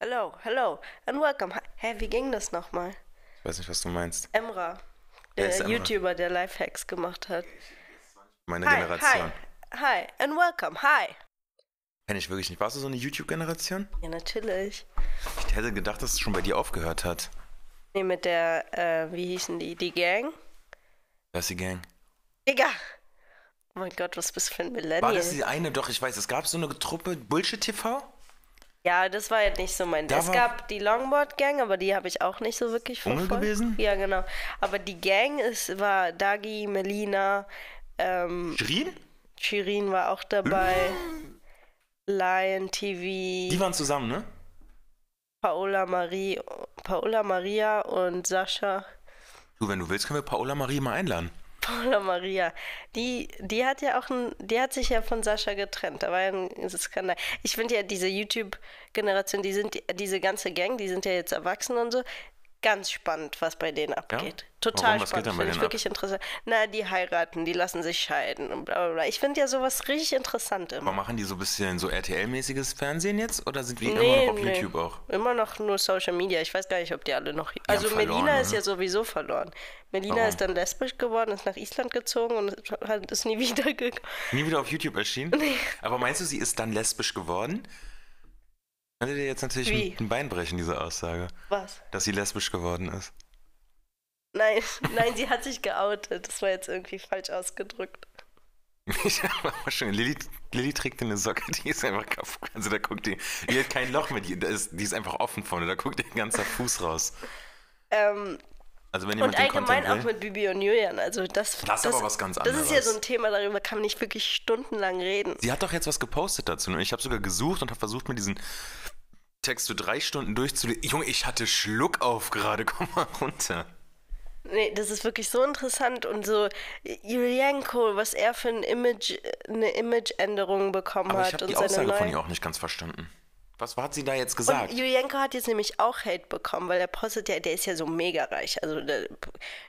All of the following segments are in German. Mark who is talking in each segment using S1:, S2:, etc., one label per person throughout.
S1: Hello, hello and welcome. Hä, wie ging das nochmal?
S2: Ich weiß nicht, was du meinst.
S1: Emra,
S2: Wer
S1: der
S2: ist Emra?
S1: YouTuber, der Lifehacks gemacht hat.
S2: Meine
S1: Hi,
S2: Generation.
S1: hi, hi and welcome, hi.
S2: Kenn ich wirklich nicht. Warst du so eine YouTube-Generation?
S1: Ja, natürlich.
S2: Ich hätte gedacht, dass es schon bei dir aufgehört hat.
S1: Nee, mit der, äh, wie hießen die, die Gang?
S2: Wer ist die Gang?
S1: Digga. Oh mein Gott, was bist du für ein Millennial?
S2: War das die eine? Doch, ich weiß. Es gab so eine Truppe Bullshit TV.
S1: Ja, das war jetzt nicht so mein.
S2: Da
S1: es
S2: war-
S1: gab die Longboard Gang, aber die habe ich auch nicht so wirklich
S2: Unge
S1: verfolgt.
S2: gewesen?
S1: Ja, genau. Aber die Gang ist, war Dagi, Melina, ähm,
S2: Schrien?
S1: Shirin war auch dabei. Lion TV,
S2: Die waren zusammen, ne?
S1: Paola Marie, Paola Maria und Sascha.
S2: Du, wenn du willst, können wir Paola Marie mal einladen.
S1: Paola Maria. Die, die hat ja auch ein, die hat sich ja von Sascha getrennt. Da war ja ein Skandal. Ich finde ja diese YouTube-Generation, die sind, diese ganze Gang, die sind ja jetzt erwachsen und so. Ganz spannend, was bei denen abgeht. Total
S2: Warum? Was geht
S1: spannend.
S2: denn bei
S1: Finde ich
S2: denen
S1: wirklich interessant. Na, die heiraten, die lassen sich scheiden und bla bla bla. Ich finde ja sowas richtig interessant immer.
S2: Aber machen die so ein bisschen so RTL-mäßiges Fernsehen jetzt? Oder sind wir
S1: Nee,
S2: immer noch auf
S1: nee.
S2: YouTube auch?
S1: Immer noch nur Social Media. Ich weiß gar nicht, ob die alle noch.
S2: haben
S1: Also
S2: verloren,
S1: Melina ist
S2: ne?
S1: ja sowieso verloren. Melina
S2: Warum?
S1: ist dann lesbisch geworden, ist nach Island gezogen und hat- ist nie wiedergekommen.
S2: Nie wieder auf YouTube erschienen? Aber meinst du, sie ist dann lesbisch geworden? Könnte dir jetzt natürlich
S1: Wie?
S2: ein Bein brechen, diese Aussage.
S1: Was?
S2: Dass sie lesbisch geworden ist.
S1: Nein, nein, sie hat sich geoutet. Das war jetzt irgendwie falsch ausgedrückt.
S2: Ich habe aber schon. Lilly, Lilly trägt eine Socke, die ist einfach kaputt. Also da guckt die. Die hat kein Loch mehr, die, da ist, die ist einfach offen vorne. Da guckt ihr ganzer Fuß raus.
S1: Ähm,
S2: Also wenn jemand
S1: und
S2: den
S1: allgemein
S2: Content
S1: auch
S2: will.
S1: mit Bibi und Julian. Also das,
S2: Das ist aber was ganz
S1: Das ist ja
S2: anderes.
S1: so ein Thema, darüber kann man nicht wirklich stundenlang reden.
S2: sie hat doch jetzt was gepostet dazu. Und ich habe sogar gesucht und habe versucht, mir diesen Text so drei Stunden durchzulesen. Junge, ich hatte Schluck auf gerade. Komm mal runter.
S1: Nee, das ist wirklich so interessant und so Julienko, was er für ein Image, eine Imageänderung bekommen
S2: Aber ich
S1: hat
S2: habe
S1: und
S2: die
S1: seine
S2: Aussage
S1: neue...
S2: von ihr auch nicht ganz verstanden. Was hat sie da jetzt
S1: Und
S2: gesagt?
S1: Julienko hat jetzt nämlich auch Hate bekommen, weil der postet ja, der ist ja so mega reich. Also der,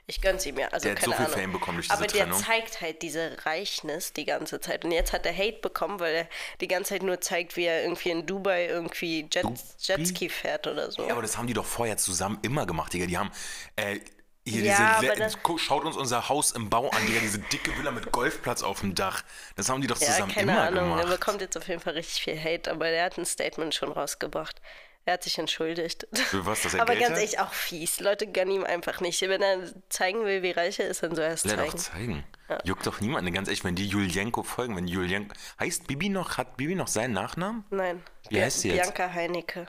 S1: ich gönn's ihm ja. Also,
S2: Der hat
S1: keine
S2: so viel
S1: Ahnung.
S2: Fame bekommen durch diese
S1: Aber
S2: Trennung.
S1: der zeigt halt diese Reichness die ganze Zeit. Und jetzt hat er Hate bekommen, weil er die ganze Zeit nur zeigt, wie er irgendwie in Dubai irgendwie Jet,
S2: Dubai?
S1: Jetski fährt oder so.
S2: Ja, aber das haben die doch vorher zusammen immer gemacht, Digga. Die haben. Äh, hier
S1: Ja,
S2: diese,
S1: aber das-
S2: guck, schaut uns unser Haus im Bau an, Digga, diese dicke Villa mit Golfplatz auf dem Dach. Das haben die doch
S1: Ja,
S2: zusammen
S1: keine
S2: immer
S1: Ahnung.
S2: gemacht.
S1: Der bekommt jetzt auf jeden Fall richtig viel Hate, aber der hat ein Statement schon rausgebracht. Er hat sich entschuldigt.
S2: Für was, dass er
S1: aber
S2: Geld
S1: ganz
S2: hat?
S1: ehrlich, auch fies. Leute gönnen ihm einfach nicht. Wenn er zeigen will, wie reich er ist, dann soll er es
S2: Will er doch
S1: zeigen.
S2: zeigen. Juckt doch niemanden. Ganz ehrlich, wenn die Julienko folgen, wenn Julienko. Heißt Bibi noch, hat Bibi noch seinen Nachnamen?
S1: Nein.
S2: Wie
S1: Bi-
S2: heißt sie jetzt?
S1: Bianca Heinecke.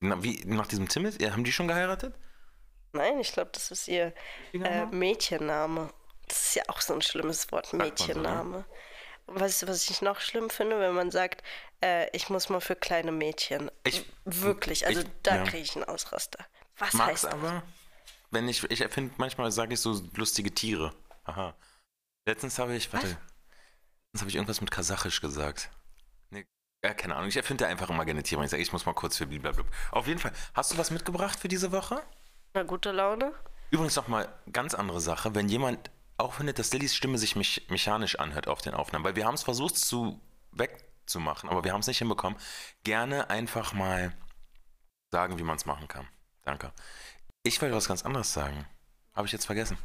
S2: Na, wie, nach diesem Timothy? Ja, haben die schon geheiratet?
S1: Nein, ich glaube, das ist ihr äh, Mädchenname. Das ist ja auch so ein schlimmes Wort,
S2: man so, ne?
S1: Mädchenname. Und Weißt du, was ich noch schlimm finde, wenn man sagt, äh, ich muss mal für kleine Mädchen.
S2: Ich-
S1: Wirklich, also
S2: ich-
S1: da
S2: ja.
S1: kriege ich einen Ausraster. Was
S2: Mag's
S1: heißt das?
S2: aber. Wenn ich, ich erfinde manchmal, sage ich so lustige Tiere. Aha. Letztens habe ich, warte. Letztens habe ich irgendwas mit Kasachisch gesagt. Nee, ja, keine Ahnung. Ich erfinde einfach immer gerne Tiere. Ich sage, ich muss mal kurz für blablabla. Auf jeden Fall. Hast du was mitgebracht für diese Woche?
S1: Na, gute Laune?
S2: Übrigens nochmal ganz andere Sache. Wenn jemand auch findet, dass Lillys Stimme sich mich, mechanisch anhört auf den Aufnahmen, weil wir haben es versucht zu wegzumachen, aber wir haben es nicht hinbekommen, gerne einfach mal sagen, wie man es machen kann. Danke. Ich wollte was ganz anderes sagen. Habe ich jetzt vergessen.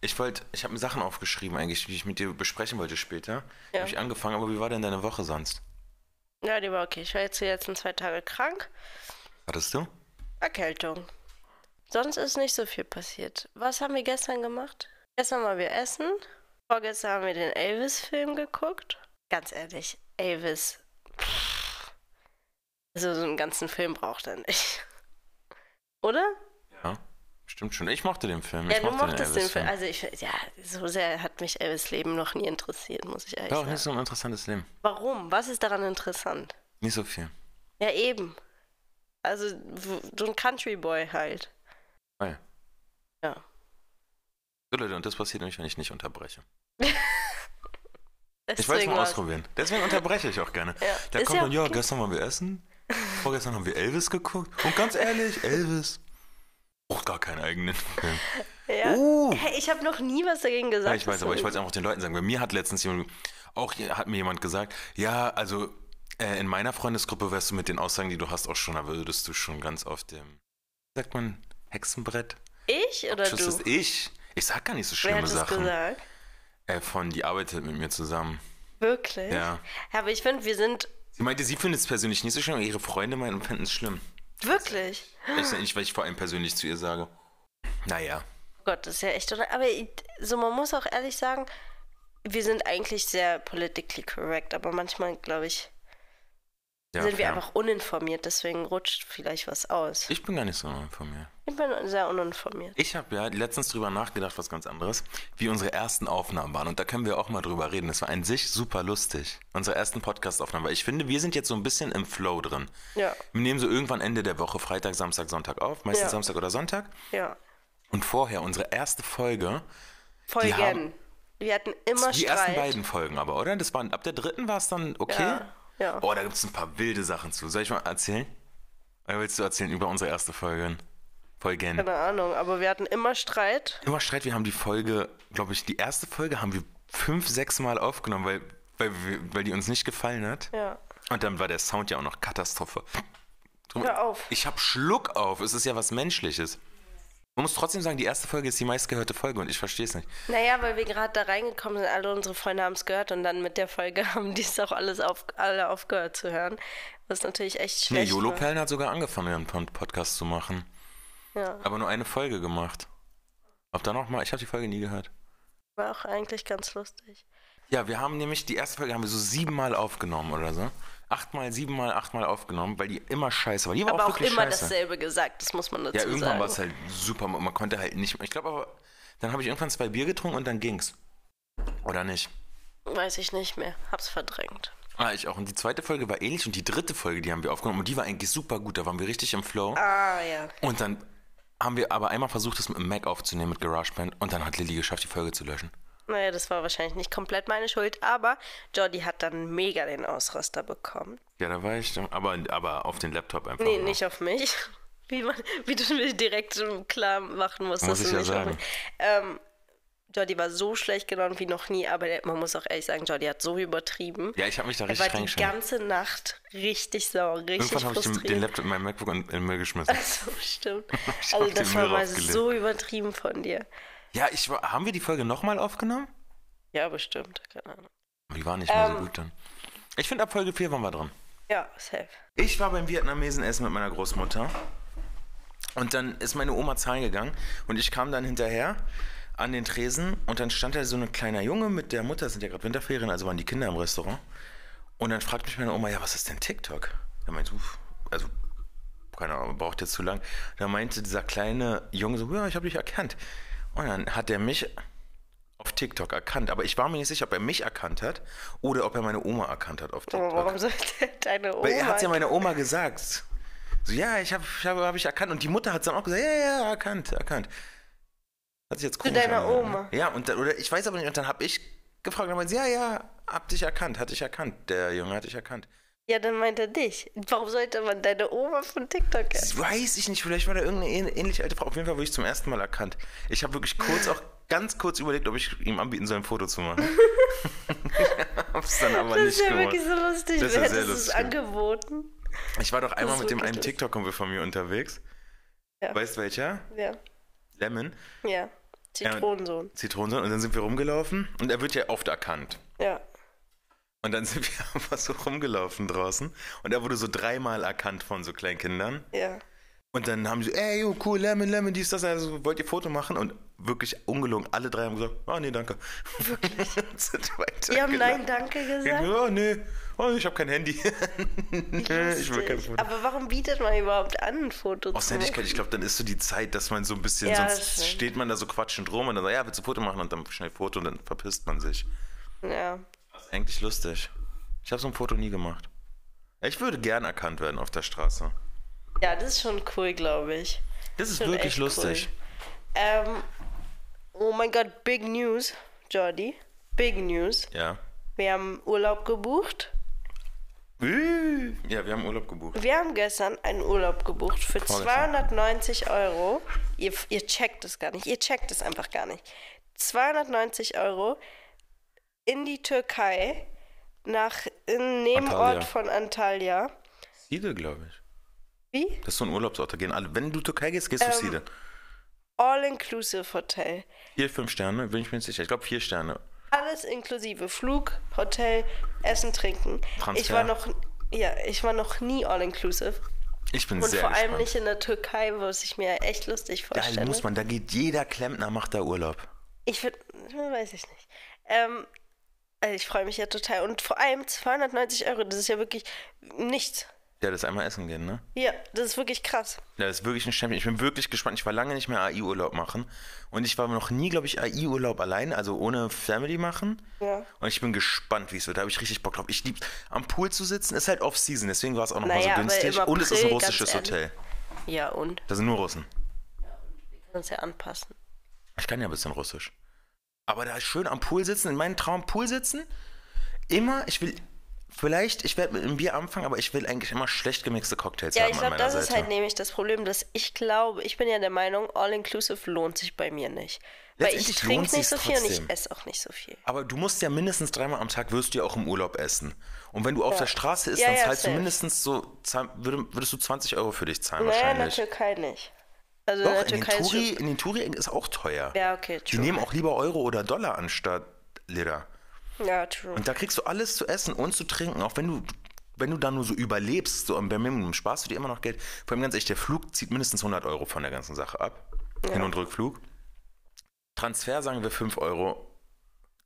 S2: Ich wollte, ich habe mir Sachen aufgeschrieben eigentlich, die ich mit dir besprechen wollte später.
S1: Ja.
S2: Habe ich angefangen, aber wie war denn deine Woche sonst?
S1: Ja, die war okay. Ich war jetzt die letzten zwei Tage krank.
S2: Hattest du?
S1: Erkältung. Sonst ist nicht so viel passiert. Was haben wir gestern gemacht? Gestern waren wir essen. Vorgestern haben wir den Elvis-Film geguckt. Ganz ehrlich, Elvis. pff. Also so einen ganzen Film braucht er nicht. Oder?
S2: Ja. Stimmt schon. Ich mochte den Film.
S1: ja,
S2: ich
S1: du
S2: mochte
S1: mochtest den Film.
S2: Elvis-Film.
S1: Also ich, ja, so sehr hat mich Elvis Leben noch nie interessiert, muss ich ehrlich
S2: War auch
S1: sagen.
S2: nicht so ein interessantes Leben.
S1: Warum? Was ist daran interessant?
S2: Nicht so viel.
S1: Ja, eben. Also w- so ein Country Boy halt.
S2: Geil.
S1: Ja.
S2: So Leute, und das passiert nämlich, wenn ich nicht unterbreche. Ich wollte es
S1: Deswegen
S2: mal
S1: war's-
S2: ausprobieren. Deswegen unterbreche ich auch gerne.
S1: Ja.
S2: Da
S1: Ist
S2: kommt
S1: ja
S2: dann, ja,
S1: okay.
S2: gestern waren wir essen, vorgestern haben wir Elvis geguckt. Und ganz ehrlich, Elvis braucht gar keinen eigenen Film.
S1: Ja.
S2: Uh.
S1: Hey, ich habe noch nie was dagegen gesagt.
S2: Ja, ich weiß, aber ich wollte es einfach den Leuten sagen. Bei mir hat letztens jemand, auch hier hat mir jemand gesagt, ja, also Äh, in meiner Freundesgruppe wärst du mit den Aussagen, die du hast, auch schon, da würdest du schon ganz auf dem, wie sagt man, Hexenbrett?
S1: Ich oder
S2: Schuss
S1: du?
S2: ist ich. Ich sag gar nicht so
S1: Wer
S2: schlimme
S1: hat es
S2: Sachen.
S1: gesagt?
S2: Äh, von, die arbeitet mit mir zusammen.
S1: Wirklich?
S2: Ja.
S1: Aber ich finde, wir sind
S2: Sie meinte, sie findet es persönlich nicht so schlimm, aber ihre Freunde meinen und fänden es schlimm.
S1: wirklich.
S2: Ich weiß nicht, weil ich vor allem persönlich zu ihr sage. Naja.
S1: Oh Gott, das ist ja echt. unangenehm. Aber ich- so, man muss auch ehrlich sagen, wir sind eigentlich sehr politically correct, aber manchmal, glaube ich,
S2: Ja,
S1: sind wir
S2: fair.
S1: einfach uninformiert, deswegen rutscht vielleicht was aus.
S2: Ich bin gar nicht so neu von mir.
S1: Ich bin sehr uninformiert.
S2: Ich habe ja letztens drüber nachgedacht, was ganz anderes, wie unsere ersten Aufnahmen waren. Und da können wir auch mal drüber reden. Das war an sich super lustig. Unsere ersten Podcast-Aufnahmen. Weil ich finde, wir sind jetzt so ein bisschen im Flow drin.
S1: Ja,
S2: Wir nehmen so irgendwann Ende der Woche, Freitag, Samstag, Sonntag auf. Meistens
S1: Ja.
S2: Samstag oder Sonntag.
S1: ja.
S2: Und vorher, unsere erste Folge,
S1: Voll
S2: Die
S1: gern.
S2: haben-
S1: wir hatten immer
S2: die
S1: Streit.
S2: ersten beiden Folgen aber, oder? Das waren, ab der dritten war es dann okay?
S1: Ja, ja.
S2: Oh, da gibt es ein paar wilde Sachen zu. Soll ich mal erzählen? Oder willst du erzählen über unsere erste Folge? Folgen.
S1: Keine Ahnung, aber wir hatten immer Streit.
S2: Immer Streit, wir haben die Folge, glaube ich, die erste Folge haben wir fünf, sechs Mal aufgenommen, weil, weil, wir- weil die uns nicht gefallen hat.
S1: Ja.
S2: Und dann war der Sound ja auch noch Katastrophe.
S1: Hör auf.
S2: Ich hab Schluck auf, es ist ja was Menschliches. Man muss trotzdem sagen, die erste Folge ist die meistgehörte Folge und ich verstehe es nicht.
S1: Naja, weil wir gerade da reingekommen sind, alle unsere Freunde haben es gehört und dann mit der Folge haben die es auch alles auf, alle aufgehört zu hören. Was natürlich echt
S2: Nee,
S1: schlecht
S2: Jolo
S1: war.
S2: Perlen hat sogar angefangen, einen Pod- Podcast zu machen.
S1: Ja,
S2: Aber nur eine Folge gemacht. Ob da nochmal? Ich habe die Folge nie gehört.
S1: war auch eigentlich ganz lustig.
S2: Ja, wir haben nämlich die erste Folge haben wir so siebenmal aufgenommen oder so. Achtmal, siebenmal, achtmal aufgenommen, weil die immer scheiße war. Die war
S1: Aber
S2: auch,
S1: auch
S2: wirklich
S1: immer
S2: scheiße.
S1: dasselbe gesagt, das muss man dazu
S2: Ja,
S1: sagen.
S2: irgendwann war es halt super. Man man konnte halt nicht. Ich glaube aber, dann habe ich irgendwann zwei Bier getrunken und dann ging's. Oder nicht?
S1: Weiß ich nicht mehr, hab's verdrängt.
S2: Ah, ich auch. Und die zweite Folge war ähnlich und die dritte Folge, die haben wir aufgenommen und die war eigentlich super gut. Da waren wir richtig im Flow.
S1: Ah, ja.
S2: Und dann haben wir aber einmal versucht, das mit dem Mac aufzunehmen mit GarageBand und dann hat Lilly geschafft, die Folge zu löschen.
S1: Naja, das war wahrscheinlich nicht komplett meine Schuld, aber Jordi hat dann mega den Ausraster bekommen.
S2: Ja, da war ich. dann- Aber, aber auf den Laptop einfach.
S1: Nee,
S2: nur.
S1: nicht auf mich. Wie, man, wie du mir direkt klar machen musst,
S2: Muss
S1: dass
S2: ich
S1: du
S2: ja
S1: nicht
S2: sagen.
S1: auf mich. Ähm, Jordi war so schlecht gelaunt wie noch nie, aber der, man muss auch ehrlich sagen, Jordi hat so übertrieben.
S2: Ja, ich habe mich da
S1: er war
S2: richtig
S1: die
S2: reingeschrieben.
S1: ganze Nacht richtig sauer, richtig
S2: Irgendwann habe ich den,
S1: frustriert.
S2: den Laptop, mein MacBook in in den Müll geschmissen.
S1: so, stimmt.
S2: Ich hab
S1: Also
S2: den
S1: das war
S2: Müll
S1: mal
S2: raufgelegt.
S1: so übertrieben von dir.
S2: Ja, ich war, haben wir die Folge nochmal aufgenommen?
S1: Ja, bestimmt. Keine Ahnung.
S2: Die war nicht mehr so
S1: Ähm.
S2: gut dann. Ich finde, ab Folge 4 waren wir dran.
S1: Ja, safe.
S2: Ich war beim Vietnamesen essen mit meiner Großmutter. Und dann ist meine Oma zahlen gegangen. Und ich kam dann hinterher an den Tresen. Und dann stand da so ein kleiner Junge mit der Mutter. Es sind ja gerade Winterferien, also waren die Kinder im Restaurant. Und dann fragt mich meine Oma, ja, was ist denn TikTok? Da meinte ich, "Uff, also, keine Ahnung, braucht jetzt zu lang. Da meinte dieser kleine Junge so, ja, ich habe dich erkannt. Und dann hat er mich auf TikTok erkannt. Aber ich war mir nicht sicher, ob er mich erkannt hat oder ob er meine Oma erkannt hat auf
S1: Aber
S2: TikTok.
S1: warum sollte deine Oma...
S2: Weil er hat ja meiner Oma gesagt. So, ja, ich habe hab, hab ich erkannt. Und die Mutter hat es dann auch gesagt, ja, ja, erkannt, erkannt. Hat sich jetzt komisch
S1: deiner
S2: angehört,
S1: Oma.
S2: Ne? Ja, und dann, oder ich weiß aber nicht, und dann habe ich gefragt, dann meinte sie, ja, ja, hab dich erkannt, hat dich erkannt. Der Junge hat dich erkannt.
S1: ja, dann meint er dich. Warum sollte man deine Oma von TikTok kennen?
S2: Das weiß ich nicht, vielleicht war da irgendeine ähn- ähnlich alte Frau. Auf jeden Fall wurde ich zum ersten Mal erkannt. Ich habe wirklich kurz auch ganz kurz überlegt, ob ich ihm anbieten soll, ein Foto zu machen. hab's dann aber
S1: Das
S2: nicht
S1: ist ja
S2: gemacht.
S1: wirklich so lustig.
S2: Das ist
S1: Wer
S2: ja
S1: hätte
S2: sehr
S1: es
S2: lustig.
S1: angeboten?
S2: Ich war doch einmal
S1: ist
S2: mit dem
S1: wirklich
S2: einen
S1: lustig.
S2: TikTok-Kumpel von mir unterwegs.
S1: Ja.
S2: Weißt welcher?
S1: Ja,
S2: Lemon.
S1: ja. Zitronensohn.
S2: Zitronensäure und dann sind wir rumgelaufen und er wird ja oft erkannt.
S1: Ja.
S2: Und dann sind wir einfach so rumgelaufen draußen und er wurde so dreimal erkannt von so kleinen Kindern.
S1: ja,
S2: Und dann haben sie so, ey, yo, cool, Lemon, Lemon, dies, das, also wollt ihr Foto machen? Und wirklich ungelogen, alle drei haben gesagt, oh nee, danke. Wirklich? und sind weiter
S1: Die haben Nein, danke gesagt.
S2: Oh nee, oh, ich habe kein Handy. nee, ich will kein
S1: Lustig.
S2: Foto.
S1: Aber warum bietet man überhaupt an, ein Foto
S2: Aus
S1: zu
S2: Nettigkeit, ich glaube, dann ist so die Zeit, dass man so ein bisschen,
S1: Ja, das
S2: sonst
S1: stimmt.
S2: steht man da so quatschend rum und dann sagt, ja, willst du Foto machen? Und dann schnell Foto und dann verpisst man sich.
S1: machen? Ja.
S2: Das ist eigentlich lustig. Ich habe so ein Foto nie gemacht. Ich würde gern erkannt werden auf der Straße.
S1: ja, das ist schon cool, glaube ich.
S2: Das ist
S1: Schon
S2: wirklich
S1: echt
S2: lustig.
S1: Ähm, oh mein Gott, Big News, Jordi. Big News.
S2: Ja.
S1: Wir haben Urlaub gebucht.
S2: Äh, Ja, wir haben Urlaub gebucht.
S1: Wir haben gestern einen Urlaub gebucht für
S2: Vorgestern.
S1: 290 Euro. Ihr, ihr checkt es gar nicht. Ihr checkt es einfach gar nicht. 290 Euro in die Türkei nach einem Nebenort
S2: Antalya.
S1: von Antalya.
S2: Side, glaube ich.
S1: Wie?
S2: Das ist so ein Urlaubsort. Da gehen alle. Wenn du Türkei gehst, gehst du
S1: Ähm.
S2: Side.
S1: All-inclusive Hotel.
S2: Vier, fünf Sterne, bin ich mir nicht sicher. Ich glaube, vier Sterne.
S1: Alles inklusive. Flug, Hotel, Essen, Trinken. Ich
S2: Transfer.
S1: war noch, ja, ich war noch nie all-inclusive.
S2: Ich bin
S1: Und
S2: sehr
S1: vor
S2: gespannt.
S1: allem nicht in der Türkei, wo es sich mir echt lustig
S2: da
S1: vorstelle.
S2: muss man, da geht jeder Klempner, macht da Urlaub.
S1: Ich würde, weiß ich nicht. Ähm, also ich freue mich ja total. Und vor allem 290 Euro, das ist ja wirklich nichts.
S2: Ja, das einmal essen gehen, ne?
S1: Ja, das ist wirklich krass.
S2: Ja, das ist wirklich ein Champion. Ich bin wirklich gespannt. Ich war lange nicht mehr AI-Urlaub machen. Und ich war noch nie, glaube ich, AI-Urlaub allein, also ohne Family machen.
S1: Ja.
S2: Und ich bin gespannt, wie es wird. Da habe ich richtig Bock drauf. Ich liebe am Pool zu sitzen, ist halt off-season, deswegen war es auch nochmal
S1: Naja,
S2: so
S1: aber
S2: günstig.
S1: im April,
S2: Und es ist ein
S1: ganz
S2: russisches
S1: ehrlich.
S2: Hotel.
S1: Ja, und?
S2: Da sind nur Russen.
S1: Kannst ja anpassen.
S2: Ich kann ja ein bisschen Russisch. Aber da schön am Pool sitzen, in meinem Traum Pool sitzen. Immer, ich will, vielleicht, ich werde mit einem Bier anfangen, aber ich will eigentlich immer schlecht gemixte Cocktails
S1: Ja,
S2: haben
S1: ich
S2: an
S1: glaube,
S2: meiner
S1: das
S2: Seite.
S1: ist halt nämlich das Problem, dass ich glaube, ich bin ja der Meinung, All-Inclusive lohnt sich bei mir nicht. Weil ich
S2: Letztendlich lohnt
S1: trinke nicht
S2: sich's
S1: so viel und ich
S2: trotzdem.
S1: esse auch nicht so viel.
S2: Aber du musst ja mindestens dreimal am Tag wirst du ja auch im Urlaub essen. Und wenn du auf
S1: Ja.
S2: der Straße isst,
S1: Ja,
S2: dann
S1: ja,
S2: zahlst
S1: safe.
S2: du mindestens so, zahl- würde- würdest du 20 Euro für dich zahlen
S1: Naja, in der
S2: wahrscheinlich.
S1: Türkei nicht. Also in
S2: Doch,
S1: der
S2: in den,
S1: Türkei ist
S2: Touri,
S1: schon,
S2: in den Touri ist auch teuer.
S1: Ja, okay,
S2: Die
S1: true.
S2: nehmen auch lieber Euro oder Dollar anstatt Lira.
S1: ja, true.
S2: Und da kriegst du alles zu essen und zu trinken, auch wenn du, wenn du da nur so überlebst, so am Bare Minimum sparst du dir immer noch Geld. Vor allem ganz ehrlich, der Flug zieht mindestens 100 Euro von der ganzen Sache ab. Hin- und Rückflug. Transfer sagen wir 5 Euro,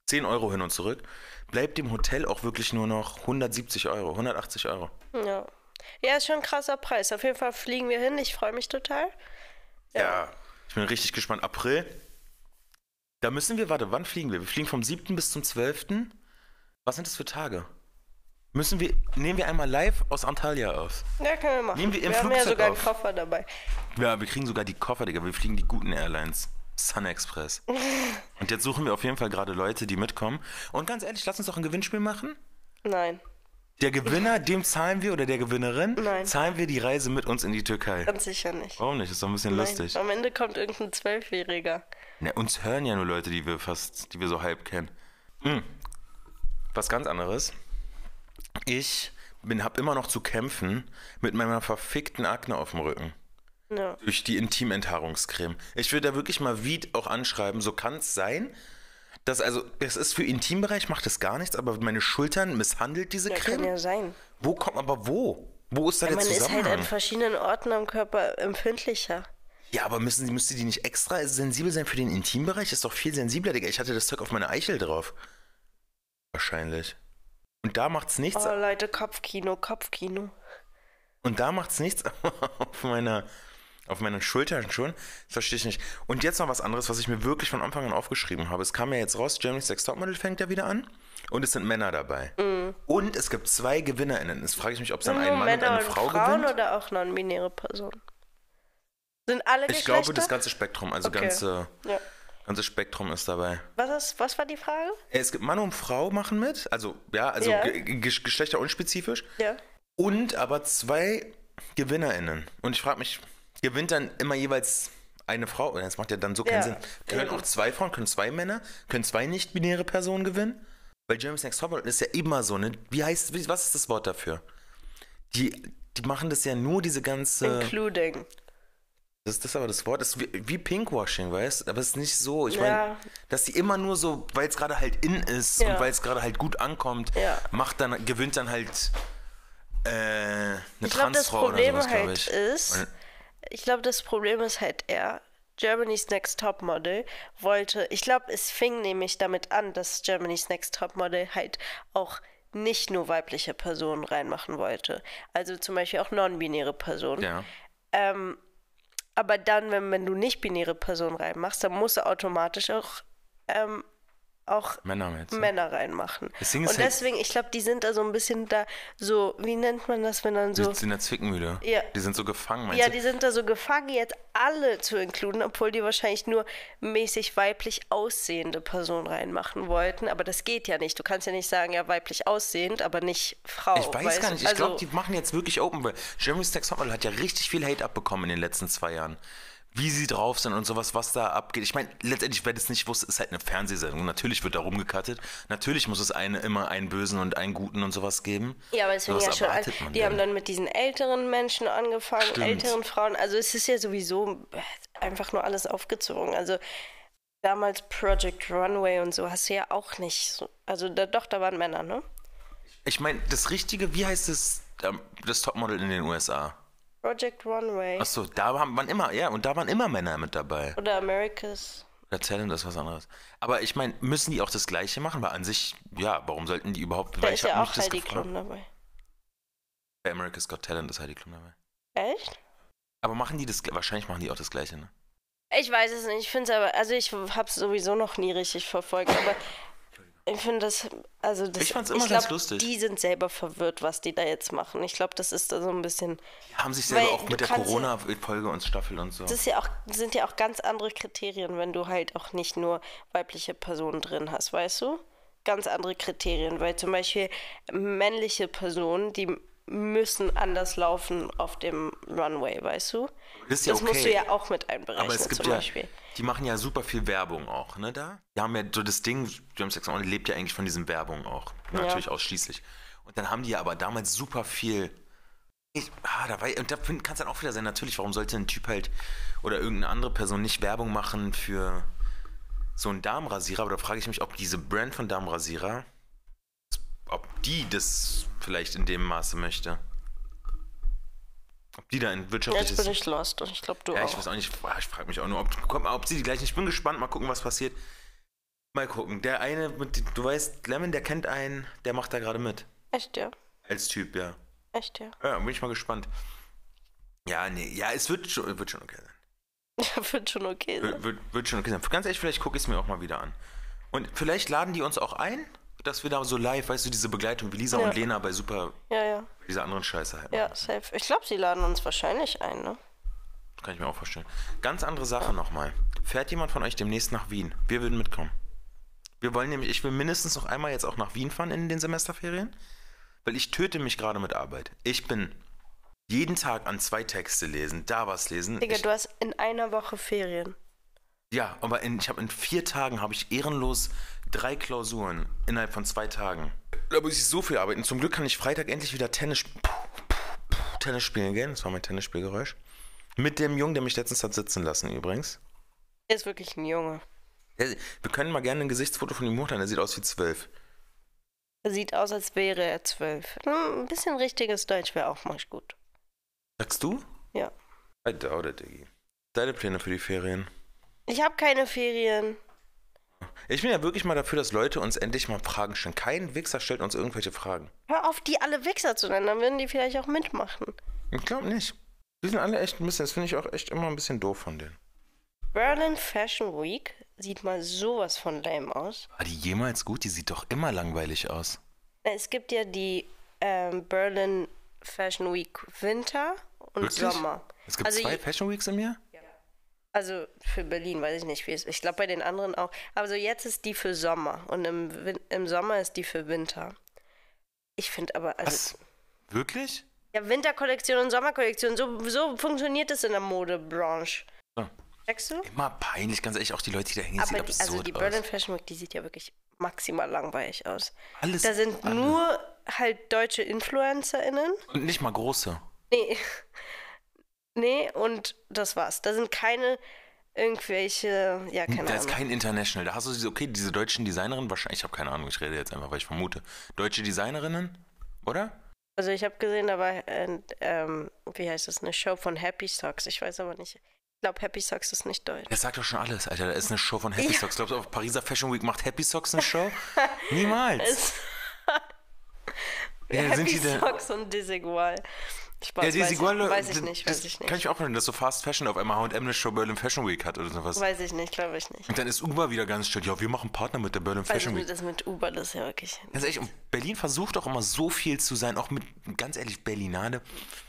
S2: 10 Euro hin und zurück. Bleibt dem Hotel auch wirklich nur noch 170 Euro, 180 Euro.
S1: Ja. ja, ist schon ein krasser Preis. Auf jeden Fall fliegen wir hin. Ich freue mich total.
S2: Ja. Ich bin richtig gespannt. April. Da müssen wir, warte, wann fliegen wir? Wir fliegen vom 7. bis zum 12. Was sind das für Tage? Müssen wir, nehmen wir einmal live aus Antalya auf.
S1: Ja, können wir machen.
S2: Nehmen wir im
S1: wir haben ja
S2: Flugzeug
S1: sogar
S2: auf.
S1: einen Koffer dabei.
S2: Ja, wir kriegen sogar die Koffer, Digga. Wir fliegen die guten Airlines. Sun Express. Und jetzt suchen wir auf jeden Fall gerade Leute, die mitkommen. Und ganz ehrlich, lass uns doch ein Gewinnspiel machen.
S1: Nein,
S2: Der Gewinner, dem zahlen wir, oder der Gewinnerin,
S1: Nein.
S2: zahlen wir die Reise mit uns in die Türkei.
S1: ganz sicher nicht.
S2: Warum nicht? Ist doch ein bisschen Oh, lustig.
S1: Nein. Am Ende kommt irgendein Zwölfjähriger.
S2: Na, uns hören ja nur Leute, die wir fast, die wir so halb kennen. Hm. Was ganz anderes. Ich bin, hab immer noch zu kämpfen mit meiner verfickten Akne auf dem Rücken.
S1: Ja.
S2: Durch die Intimenthaarungscreme. Ich würde da wirklich mal Wied auch anschreiben, so kann es sein. dass also, es ist für Intimbereich, macht es gar nichts, aber meine Schultern misshandelt diese
S1: Ja, kann
S2: Creme.
S1: ja sein.
S2: Wo kommt, aber wo? Wo ist da der
S1: Man ist
S2: Zusammenhang?
S1: halt an verschiedenen Orten am Körper empfindlicher.
S2: Ja, aber müssen, sie- müsste die nicht extra sensibel sein für den Intimbereich? Ist doch viel sensibler, Digga. Ich hatte das Zeug auf meiner Eichel drauf. Wahrscheinlich. Und da macht's nichts.
S1: Oh Leute, Kopfkino, Kopfkino.
S2: Und da macht's nichts auf meiner, auf meinen Schultern schon. Das verstehe ich nicht. Und jetzt noch was anderes, was ich mir wirklich von Anfang an aufgeschrieben habe. Es kam ja jetzt raus, Germany's Next Topmodel fängt ja wieder an. Und es sind Männer dabei.
S1: Mm.
S2: Und es gibt zwei GewinnerInnen. Jetzt frage ich mich, ob es dann ein Mann und eine Frau
S1: Hm, Frauen
S2: gewinnt.
S1: oder auch non-binäre Personen? Sind alle
S2: Ich
S1: Geschlechter?
S2: glaube, das ganze Spektrum, also
S1: Okay.
S2: ganze,
S1: ja.
S2: ganze Spektrum ist dabei.
S1: was, ist, was war die Frage?
S2: Es gibt Mann und Frau machen mit, also ja, also
S1: Ja.
S2: ge- ge- geschlechterunspezifisch.
S1: Ja.
S2: Und aber zwei GewinnerInnen. Und ich frage mich, gewinnt dann immer jeweils eine Frau? Und das macht ja dann so keinen
S1: Ja.
S2: Sinn. Können
S1: Ja.
S2: auch zwei Frauen, können zwei Männer, können zwei nicht-binäre Personen gewinnen? Weil James Next Topmodel ist ja immer so, ne? Wie heißt, wie- was ist das Wort dafür? Die, die machen das ja nur diese ganze.
S1: Including.
S2: Das, das ist aber das Wort, das ist wie, wie Pinkwashing, weißt Aber es ist nicht so. Ich meine,
S1: Ja.
S2: dass die immer nur so, weil es gerade halt in ist und
S1: Ja.
S2: weil es gerade halt gut ankommt,
S1: Ja.
S2: macht dann, gewinnt dann halt äh, eine
S1: Ich glaube, das
S2: Transfrau
S1: Problem
S2: oder sowas, glaube
S1: halt
S2: ich.
S1: ist, ich glaube, das Problem ist halt eher, Germany's Next Topmodel wollte, ich glaube, es fing nämlich damit an, dass Germany's Next Topmodel halt auch nicht nur weibliche Personen reinmachen wollte. Also zum Beispiel auch non-binäre Personen.
S2: ja.
S1: Ähm, aber dann, wenn, wenn du nicht binäre Personen reinmachst, dann musst du automatisch auch, ähm, auch
S2: Männer jetzt.
S1: Männer reinmachen.
S2: Das Ding ist
S1: Und
S2: halt-
S1: deswegen, ich glaube, die sind da so ein bisschen da so, wie nennt man das, wenn dann
S2: Die
S1: so.
S2: sind in der Zwickmühle.
S1: Ja.
S2: Die sind so gefangen, meinst
S1: Ja,
S2: du?
S1: die sind da so gefangen, jetzt alle zu inkluden, obwohl die wahrscheinlich nur mäßig weiblich aussehende Personen reinmachen wollten. Aber das geht ja nicht. Du kannst ja nicht sagen, ja, weiblich aussehend, aber nicht Frau.
S2: Ich weiß
S1: weißt
S2: gar
S1: du?
S2: nicht. Ich
S1: also,
S2: glaube, die machen jetzt wirklich Open. Weil Jeremy Stacks Hotmail hat ja richtig viel Hate abbekommen in den letzten zwei Jahren. wie sie drauf sind und sowas, was da abgeht. Ich meine, letztendlich, wer das nicht wusste, ist halt eine Fernsehsendung. Natürlich wird da rumgekattet. Natürlich muss es eine, immer einen Bösen und einen Guten und sowas geben.
S1: Ja, aber es fing
S2: Sowas
S1: ja schon an.
S2: erwartet man
S1: Die
S2: denn?
S1: haben dann mit diesen älteren Menschen angefangen,
S2: Stimmt.
S1: älteren Frauen. Also es ist ja sowieso einfach nur alles aufgezogen. Also damals Project Runway und so hast du ja auch nicht. So, also da, doch, da waren Männer, ne?
S2: Ich meine, das Richtige, wie heißt es, ähm, das Topmodel in den USA?
S1: Project Runway
S2: Achso, da haben, waren immer, ja, und da waren immer Männer mit dabei.
S1: oder America's.
S2: Oder Talent ist was anderes. Aber ich meine, müssen die auch das Gleiche machen? Weil an sich, ja, warum sollten die überhaupt,
S1: Da
S2: weil
S1: ist
S2: ich hab
S1: ja
S2: mich
S1: auch halt
S2: das
S1: Heidi
S2: gefragt.
S1: Klum dabei.
S2: Bei America's Got Talent ist Heidi Klum dabei.
S1: Echt?
S2: Aber machen die das, wahrscheinlich machen die auch das Gleiche, ne?
S1: Ich weiß es nicht. Ich finde es aber, also ich habe es sowieso noch nie richtig verfolgt, aber ich finde das, also das.
S2: Ich fand's immer ganz lustig.
S1: Die sind selber verwirrt, was die da jetzt machen. Ich glaube, das ist da so ein bisschen.
S2: Haben sich selber
S1: Weil
S2: auch
S1: du
S2: mit der
S1: kannst ja-
S2: Corona-Folge und Staffel und so.
S1: Das ist ja auch, sind ja auch ganz andere Kriterien, wenn du halt auch nicht nur weibliche Personen drin hast, weißt du? Ganz andere Kriterien, weil zum Beispiel männliche Personen, die müssen anders laufen auf dem Runway, weißt du?
S2: Das ist ja
S1: das
S2: okay.
S1: musst du ja auch mit einberechnen,
S2: Aber es gibt
S1: zum
S2: ja,
S1: Beispiel.
S2: die machen ja super viel Werbung auch, ne, da? Die haben ja so das Ding, James Jackson Only lebt ja eigentlich von diesen Werbung auch. Natürlich ausschließlich. Und dann haben die ja aber damals super viel. Ich, ah, da war, und da kann es dann auch wieder sein, natürlich, warum sollte ein Typ halt oder irgendeine andere Person nicht Werbung machen für so einen Darmrasierer? Aber da frage ich mich, ob diese Brand von Darmrasierer, ob die das vielleicht in dem Maße möchte. Ob die da ein wirtschaftliches.
S1: Jetzt bin ich lost und ich glaube, du
S2: Ja,
S1: auch.
S2: ich weiß auch nicht, ah, ich frage mich auch nur, ob, komm, ob sie die gleichen. Ich bin gespannt, mal gucken, was passiert. Mal gucken. Der eine, mit, dem- du weißt, Lemon, der kennt einen, der macht da gerade mit.
S1: Echt, ja.
S2: Als Typ, ja.
S1: Echt, ja.
S2: Ja, bin ich mal gespannt. Ja, nee, ja, es wird schon, wird schon okay sein.
S1: Ja, wird schon okay sein.
S2: Wird, wird, wird schon okay sein. Ganz ehrlich, vielleicht gucke ich es mir auch mal wieder an. Und vielleicht laden die uns auch ein, dass wir da so live, weißt du, diese Begleitung wie Lisa
S1: Ja.
S2: und Lena bei Super,
S1: Ja, ja.
S2: dieser anderen Scheiße halt.
S1: Ja,
S2: machen.
S1: safe. Ich glaube, sie laden uns wahrscheinlich ein, ne?
S2: Kann ich mir auch vorstellen. Ganz andere Sache nochmal. Fährt jemand von euch demnächst nach Wien? Wir würden mitkommen. Wir wollen nämlich, ich will mindestens noch einmal jetzt auch nach Wien fahren in den Semesterferien, weil ich töte mich gerade mit Arbeit. Ich bin jeden Tag an zwei Texte lesen, da was lesen.
S1: Digga,
S2: Ich,
S1: du hast in einer Woche Ferien.
S2: ja, aber in, ich habe in vier Tagen habe ich ehrenlos drei Klausuren innerhalb von zwei Tagen. Da muss ich so viel arbeiten. Zum Glück kann ich Freitag endlich wieder Tennis, sp- Tennis spielen gehen. Das war mein Tennisspielgeräusch. Mit dem Jungen, der mich letztens hat sitzen lassen übrigens.
S1: Er ist wirklich ein Junge.
S2: Ja, Wir können mal gerne ein Gesichtsfoto von ihm hochladen. Er sieht aus wie zwölf.
S1: Er sieht aus, als wäre er zwölf. Hm, ein bisschen richtiges Deutsch wäre auch mal gut.
S2: Sagst du?
S1: Ja.
S2: I doubt it, Diggi. Deine Pläne für die Ferien.
S1: Ich habe keine Ferien.
S2: Ich bin ja wirklich mal dafür, dass Leute uns endlich mal Fragen stellen. Kein Wichser stellt uns irgendwelche Fragen.
S1: Hör auf, die alle Wichser zu nennen, dann würden die vielleicht auch mitmachen.
S2: Ich glaube nicht. Die sind alle echt ein bisschen, das finde ich auch echt immer ein bisschen doof von denen.
S1: Berlin Fashion Week sieht mal sowas von lame aus.
S2: War die jemals gut? Die sieht doch immer langweilig aus.
S1: Na, Es gibt ja die ähm, Berlin Fashion Week Winter und
S2: Wirklich?
S1: Sommer.
S2: Es gibt
S1: Also
S2: zwei
S1: je-
S2: Fashion Weeks im Jahr?
S1: Also für Berlin weiß ich nicht, wie es Ich glaube bei den anderen auch. Aber so jetzt ist die für Sommer und im, Win im Sommer ist die für Winter. Ich finde aber, also.
S2: Was? Wirklich?
S1: Ja, Winterkollektion und Sommerkollektion, so, so funktioniert es in der Modebranche.
S2: Ja.
S1: Checkst du?
S2: Immer peinlich, ganz ehrlich. Auch die Leute, die da hängen, Ah. sieht
S1: Aber die,
S2: absurd
S1: also die
S2: aus.
S1: Berlin Fashion Week, die sieht ja wirklich maximal langweilig aus.
S2: Alles,
S1: Da sind
S2: alle.
S1: nur halt deutsche InfluencerInnen.
S2: Und nicht mal große.
S1: Nee. Nee, und das war's. Da sind keine irgendwelche, ja, keine
S2: Hm, da
S1: Ahnung.
S2: ist kein International. Da hast du diese, okay, diese deutschen Designerinnen, wahrscheinlich, ich habe keine Ahnung, ich rede jetzt einfach, weil ich vermute. Deutsche Designerinnen, oder?
S1: Also ich habe gesehen, da war, äh, ähm, wie heißt das, eine Show von Happy Socks. Ich weiß aber nicht. Ich glaube, Happy Socks ist nicht deutsch.
S2: Das sagt doch schon alles, Alter. Da ist eine Show von Happy
S1: Ja.
S2: Socks. Glaubst du, auf Pariser Fashion Week macht Happy Socks eine Show? Niemals. Ja, sind
S1: Happy
S2: die denn?
S1: Socks und Desigual. Spaß,
S2: Ja, die
S1: weiß,
S2: Sigual,
S1: ich, weiß ich
S2: das-
S1: nicht,
S2: das
S1: weiß ich
S2: Kann
S1: nicht.
S2: ich mir auch vorstellen, dass so Fast Fashion auf einmal H&M eine Show Berlin Fashion Week hat oder sowas.
S1: Weiß ich nicht, glaube ich nicht.
S2: Und dann ist Uber wieder ganz still. Ja, wir machen Partner mit der Berlin
S1: Also
S2: Hm, Fashion Week.
S1: das mit Uber, das ist ja wirklich.
S2: Ganz ehrlich, und Berlin versucht doch immer so viel zu sein. Auch mit, ganz ehrlich, Berlinale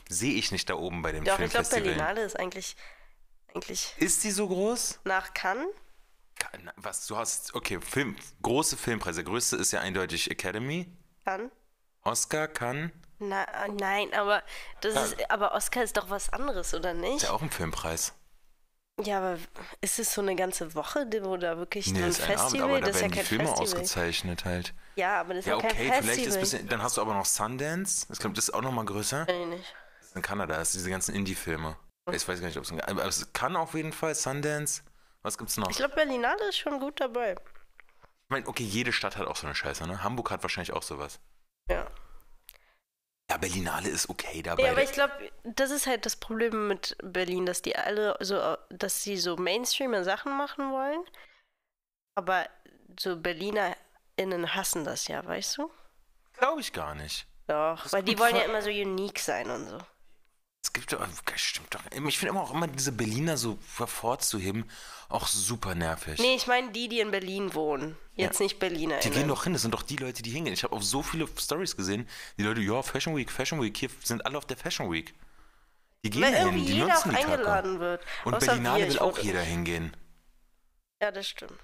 S2: sehe ich nicht da oben bei dem
S1: Doch, ich glaube,
S2: Filmfestival.
S1: Berlinale ist eigentlich, eigentlich
S2: ist die so groß?
S1: nach Cannes.
S2: Keine- Was, du hast, okay, Film, große Filmpreise. Der größte ist ja eindeutig Academy,
S1: Cannes.
S2: Oscar, Cannes,
S1: Na, ah, nein, aber das
S2: Ja.
S1: ist, aber Oscar ist doch was anderes, oder nicht?
S2: ist ja auch ein Filmpreis.
S1: Ja, aber ist es so eine ganze Woche, wo da wirklich
S2: Nee,
S1: nur ein
S2: ist ein Abend,
S1: Festival?
S2: aber da
S1: das ist ja
S2: werden die
S1: kein
S2: Filme
S1: Festival.
S2: ausgezeichnet halt.
S1: Ja, aber das ist ja,
S2: Ja, okay,
S1: kein
S2: vielleicht ist
S1: Festival.
S2: ein bisschen. Dann hast du aber noch Sundance. Ich glaube, das ist auch nochmal größer.
S1: Weiß ich nicht.
S2: In Kanada hast du diese ganzen Indie-Filme. Ich weiß gar nicht, ob es. Aber es kann auf jeden Fall. Sundance. Was gibt's noch?
S1: Ich
S2: Ich
S1: glaube, Berlinale ist schon gut dabei.
S2: meine, okay, jede Stadt hat auch so eine Scheiße, ne? Hamburg hat wahrscheinlich auch sowas.
S1: Ja.
S2: Ja, Berlinale ist okay dabei.
S1: Ja, aber ich glaube, das ist halt das Problem mit Berlin, dass die alle so, dass sie so Mainstreamer Sachen machen wollen. Aber so BerlinerInnen hassen das ja, weißt du?
S2: glaube ich gar nicht.
S1: Doch,
S2: ist
S1: weil die
S2: gut
S1: wollen
S2: ver-
S1: ja immer so unique sein und so.
S2: Es gibt doch, äh, stimmt doch. Ich finde immer auch immer diese Berliner so hervorzuheben, auch super nervig.
S1: Nee, ich meine die, die in Berlin wohnen. Jetzt nicht Berliner.
S2: Die gehen doch hin, das sind doch die Leute, die hingehen. Ich habe auch so viele Stories gesehen, die Leute, ja, Fashion Week, Fashion Week, hier sind alle auf der Fashion Week. Die gehen
S1: Weil
S2: hin,
S1: irgendwie
S2: die
S1: jeder auch
S2: nutzen die Kacke.
S1: eingeladen wird.
S2: Und
S1: Außer
S2: Berlinale
S1: wir, ich
S2: will auch
S1: wurde-
S2: jeder hingehen.
S1: Ja, das stimmt.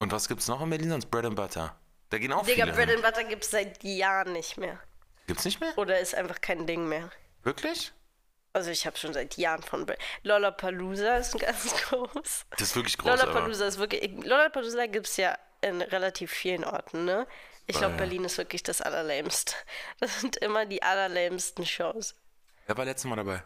S2: Und was gibt's noch in Berlin sonst? Bread and Butter. Da gehen auch
S1: Digga,
S2: viele ne?
S1: Bread and
S2: hin.
S1: Butter gibt es seit Jahren nicht mehr.
S2: Gibt's nicht mehr?
S1: Oder ist einfach kein Ding mehr.
S2: Wirklich?
S1: Also ich habe schon seit Jahren von Bre Lollapalooza ist ein ganz groß.
S2: Das ist wirklich groß, aber.
S1: Lollapalooza ist wirklich. Lollapalooza gibt es ja in relativ vielen Orten, ne? Ich
S2: Ah,
S1: glaube,
S2: ja.
S1: Berlin ist wirklich das allerlämste. Das sind immer die allerlämsten Shows.
S2: Er war letztes Mal dabei.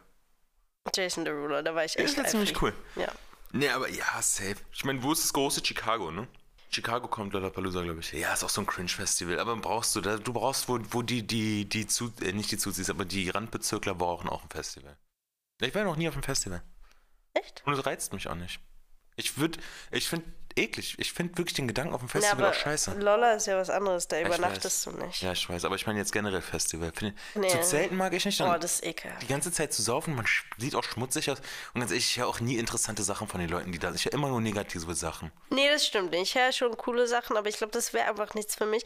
S1: Jason Derulo, da war ich
S2: Der
S1: echt
S2: ist ziemlich
S1: eifrig.
S2: cool.
S1: Ja.
S2: Nee, aber ja, safe. Ich meine, wo ist das große Chicago, ne? Chicago kommt Lollapalooza, glaube ich. Ja, ist auch so ein Cringe-Festival. Aber brauchst du, da, du brauchst, wo, wo die, die, die zu, äh, nicht die Zuziehs, aber die Randbezirkler brauchen auch ein Festival. Ich war noch nie auf einem Festival.
S1: Echt?
S2: Und es reizt mich auch nicht. Ich würde, ich finde eklig. Ich finde wirklich den Gedanken auf dem
S1: Na,
S2: Festival
S1: aber
S2: auch scheiße.
S1: Lolla ist ja was anderes, da
S2: weiß.
S1: übernachtest du nicht.
S2: Ja, ich weiß, aber ich meine jetzt generell Festival. Find,
S1: Nee.
S2: Zu Zelten mag ich nicht.
S1: Boah,
S2: Dann
S1: Oh, das ist ekelhaft.
S2: die ganze Zeit zu saufen, man sch- sieht auch schmutzig aus. Und ganz ehrlich, ich höre auch nie interessante Sachen von den Leuten, die da sind. Ich höre immer nur negative Sachen.
S1: Nee, das stimmt nicht. Ich höre schon coole Sachen, aber ich glaube, das wäre einfach nichts für mich,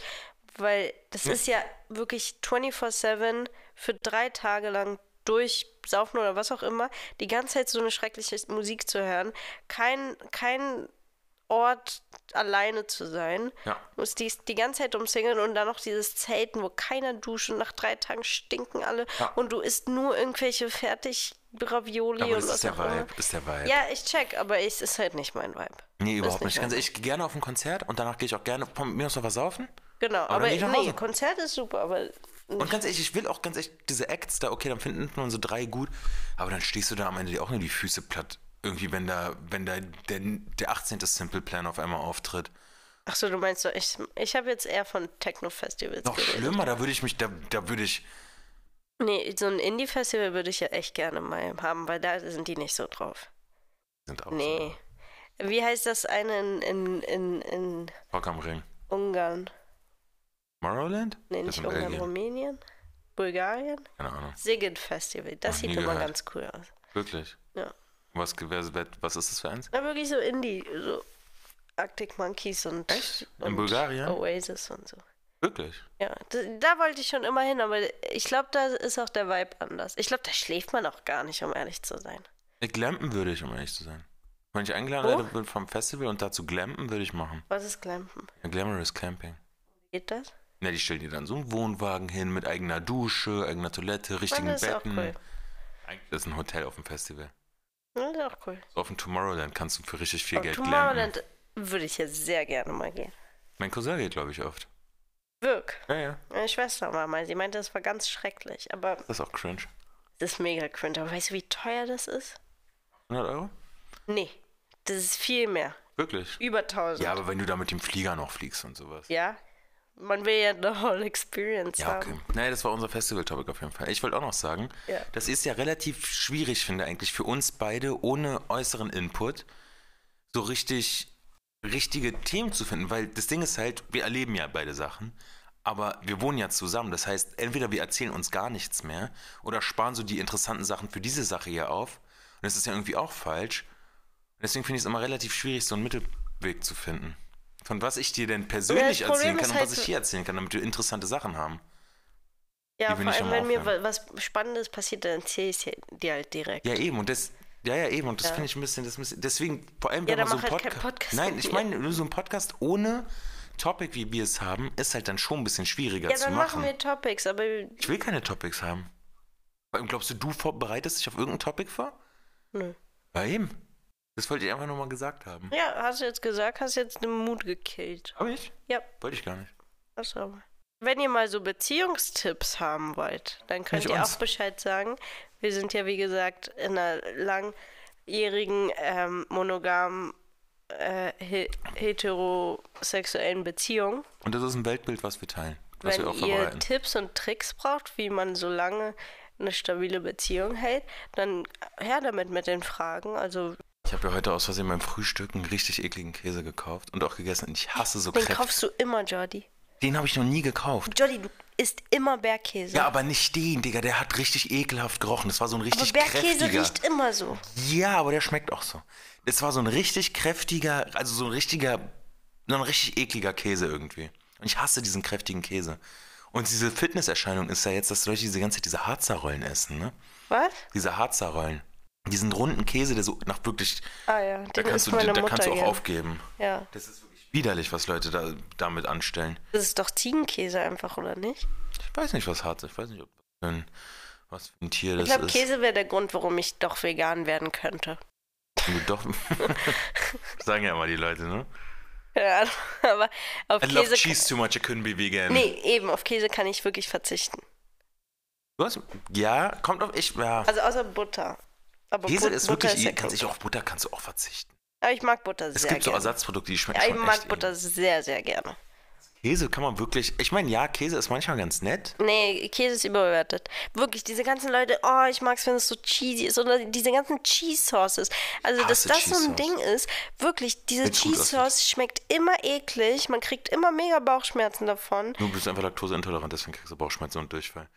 S1: weil das ist ja wirklich 24-7 für drei Tage lang durchsaufen oder was auch immer, die ganze Zeit so eine schreckliche Musik zu hören, kein, kein Ort alleine zu sein.
S2: Ja.
S1: Muss die, die ganze Zeit umsingeln und dann noch dieses Zelten, wo keiner duscht und nach drei Tagen stinken alle
S2: Ja.
S1: und du isst nur irgendwelche fertig Ravioli
S2: Aber
S1: und
S2: das
S1: was
S2: ist der
S1: auch immer.
S2: Vibe, ist der Vibe.
S1: Ja, ich check, aber es ist halt nicht mein Vibe.
S2: Nee,
S1: Ist
S2: überhaupt
S1: nicht
S2: nicht. Ganz
S1: mein-
S2: ehrlich, ich gehe gerne auf ein Konzert und danach gehe ich auch gerne von mir aus noch was saufen.
S1: Genau,
S2: dann
S1: aber
S2: geh ich nach
S1: nee,
S2: Hause.
S1: Konzert ist super, aber
S2: Und ganz ehrlich, ich will auch ganz ehrlich diese Acts da, okay, dann finden man so drei gut, aber dann stehst du da am Ende auch nur die Füße platt. Irgendwie, wenn da, wenn da der, der 18. Simple Plan auf einmal auftritt.
S1: achso, du meinst so, ich, ich habe jetzt eher von Techno-Festivals
S2: Noch
S1: geredet.
S2: schlimmer, da würde ich mich, da, da würde ich.
S1: Nee, so ein Indie-Festival würde ich ja echt gerne mal haben, weil da sind die nicht so drauf.
S2: Sind auch
S1: Nee. Wie heißt das eine in, in, in, in
S2: So. Rock am Ring.
S1: Ungarn?
S2: Tomorrowland?
S1: Nee,
S2: Das ist
S1: nicht
S2: in
S1: Ungarn,
S2: Belgien.
S1: Rumänien? Bulgarien?
S2: Keine Ahnung.
S1: Siget-Festival, das
S2: Noch
S1: sieht
S2: nie
S1: immer
S2: gehört.
S1: ganz cool aus.
S2: Wirklich.
S1: Ja.
S2: Was, wer, wer, was ist das für eins?
S1: Na, wirklich so Indie, so Arctic Monkeys und,
S2: Echt? In
S1: und
S2: Bulgarien?
S1: Oasis und so.
S2: Wirklich.
S1: Ja, da, da wollte ich schon immer hin, aber ich glaube, da ist auch der Vibe anders. Ich glaube, da schläft man auch gar nicht, um ehrlich zu sein.
S2: Äh, Glampen würde ich, um ehrlich zu sein. Wenn ich eingeladen
S1: Wo?
S2: werde bin vom Festival und dazu Glampen, würde ich machen.
S1: Was ist Glampen?
S2: Ja, Glamorous Camping.
S1: Geht das?
S2: Na, die stellen dir dann so einen Wohnwagen hin mit eigener Dusche, eigener Toilette,
S1: Mann,
S2: richtigen
S1: das ist auch
S2: Betten.
S1: cool.
S2: Eigentlich ist ein Hotel auf dem Festival.
S1: Ja, Das ist auch cool.
S2: So auf dem Tomorrowland kannst du für richtig viel
S1: Und
S2: Geld glampen.
S1: Tomorrowland würde ich ja sehr gerne mal gehen.
S2: Mein Cousin geht, glaube ich, oft.
S1: Wirk.
S2: Ja, ja.
S1: Meine Schwester war mal. Sie meinte, das war ganz schrecklich. Aber
S2: Das ist auch cringe.
S1: das ist mega cringe. Aber weißt du, wie teuer das ist?
S2: 100 Euro?
S1: Nee. Das ist viel mehr.
S2: Wirklich?
S1: Über 1000.
S2: Ja, aber wenn du da mit dem Flieger noch fliegst und sowas.
S1: Ja? Man will ja the whole experience
S2: Ja,
S1: haben.
S2: okay. Naja, das war unser Festival-Topic auf jeden Fall. Ich wollte auch noch sagen,
S1: Ja.
S2: das ist ja relativ schwierig, finde ich, eigentlich für uns beide ohne äußeren Input so richtig richtige Themen zu finden, weil das Ding ist halt, wir erleben ja beide Sachen, aber wir wohnen ja zusammen. Das heißt, entweder wir erzählen uns gar nichts mehr oder sparen so die interessanten Sachen für diese Sache hier auf. Und das ist ja irgendwie auch falsch. Und deswegen finde ich es immer relativ schwierig, so einen Mittelweg zu finden. Von was ich dir denn persönlich
S1: Problem
S2: erzählen kann
S1: ist
S2: und
S1: halt
S2: was
S1: so-
S2: ich hier erzählen kann, damit wir interessante Sachen haben.
S1: Ja,
S2: Die will
S1: vor
S2: ich
S1: allem,
S2: am
S1: wenn mir
S2: Aufhören.
S1: wa- was Spannendes passiert, dann erzähl ich dir halt direkt.
S2: Ja, eben, und das, ja, ja, eben, und das
S1: Ja.
S2: finde ich ein bisschen, das müssen, deswegen, vor allem,
S1: Ja,
S2: wenn
S1: dann
S2: man so
S1: mach
S2: einen
S1: halt
S2: Podca
S1: keinen Podcast
S2: Nein,
S1: mit
S2: ich
S1: mir.
S2: meine, nur so ein Podcast ohne Topic, wie wir es haben, ist halt dann schon ein bisschen schwieriger
S1: Ja,
S2: zu
S1: dann
S2: machen.
S1: machen wir Topics, aber
S2: ich will keine Topics haben. Vor allem, Glaubst du, du vorbereitest dich auf irgendein Topic vor?
S1: nö.
S2: Ja, eben. Das wollte ich einfach nur mal gesagt haben.
S1: Ja, hast du jetzt gesagt, hast jetzt den Mut gekillt.
S2: Habe ich?
S1: Ja.
S2: Wollte ich gar nicht.
S1: Das ist aber- Wenn ihr mal so Beziehungstipps haben wollt, dann könnt
S2: Nicht
S1: ihr
S2: uns.
S1: auch Bescheid sagen. Wir sind ja, wie gesagt, in einer langjährigen ähm, monogamen äh, he heterosexuellen Beziehung.
S2: Und das ist ein Weltbild, was wir teilen. Was wir auch
S1: Wenn ihr
S2: verbreiten.
S1: Tipps und Tricks braucht, wie man so lange eine stabile Beziehung hält, dann her damit mit den Fragen. Also
S2: Ich habe ja heute aus Versehen beim Frühstück einen richtig ekligen Käse gekauft und auch gegessen. Und ich hasse so
S1: den
S2: Kräfte.
S1: kaufst du immer, Jordi.
S2: Den habe ich noch nie gekauft.
S1: Jordi, du isst immer Bergkäse.
S2: Ja, aber nicht den, Digga. Der hat richtig ekelhaft gerochen. Das war so ein
S1: aber
S2: richtig
S1: Bergkäse
S2: kräftiger.
S1: riecht immer so.
S2: Ja, aber der schmeckt auch so. Das war so ein richtig kräftiger, also so ein richtiger, so ein richtig ekliger Käse irgendwie. Und ich hasse diesen kräftigen Käse. Und diese Fitnesserscheinung ist ja jetzt, dass Leute diese ganze Zeit diese Harzerrollen essen, ne?
S1: Was?
S2: Diese Harzerrollen. Diesen runden Käse, der so nach wirklich.
S1: Ah ja,
S2: Da
S1: den isst
S2: kannst, du,
S1: meine
S2: da
S1: Mutter
S2: kannst du auch
S1: gern.
S2: aufgeben.
S1: Ja,
S2: Das ist wirklich widerlich, was Leute da, damit anstellen.
S1: das ist doch Ziegenkäse einfach, oder nicht?
S2: Ich weiß nicht, was Harz ist. Ich weiß nicht, ob das für ein, was für ein Tier
S1: Ich
S2: das
S1: glaube,
S2: ist.
S1: Käse wäre der Grund, warum ich doch vegan werden könnte.
S2: Wenn du doch. Sagen ja immer die Leute, ne?
S1: Keine Ahnung, aber auf
S2: I love
S1: Käse...
S2: cheese too much, I couldn't be vegan.
S1: Nee, eben, auf Käse kann ich wirklich verzichten.
S2: Du hast, ja, kommt auf. Ich, ja.
S1: Also außer Butter. Aber
S2: Käse
S1: Bu-
S2: ist
S1: Butter
S2: wirklich.
S1: ja
S2: kannst
S1: gut.
S2: ich auch Butter kannst du auch verzichten.
S1: Aber ich mag Butter
S2: Es
S1: sehr
S2: gibt so
S1: gerne.
S2: Ersatzprodukte, die schmecken
S1: ja, ich
S2: schon
S1: mag
S2: echt
S1: Butter sehr, sehr gerne.
S2: eklig. Käse kann man wirklich. Ich meine, ja, Käse ist manchmal ganz nett.
S1: Nee, Käse ist überbewertet. Wirklich, diese ganzen Leute, oh, ich mag's, wenn es so cheesy ist. Oder diese ganzen Cheese Sauces. Also, dass
S2: hasse
S1: das so ein
S2: Cheese-Sauce.
S1: Ding ist, wirklich, diese
S2: Wenn's gut
S1: Cheese Sauce schmeckt immer eklig. Man kriegt immer mega Bauchschmerzen davon.
S2: Du bist einfach laktoseintolerant, deswegen kriegst du Bauchschmerzen und Durchfall.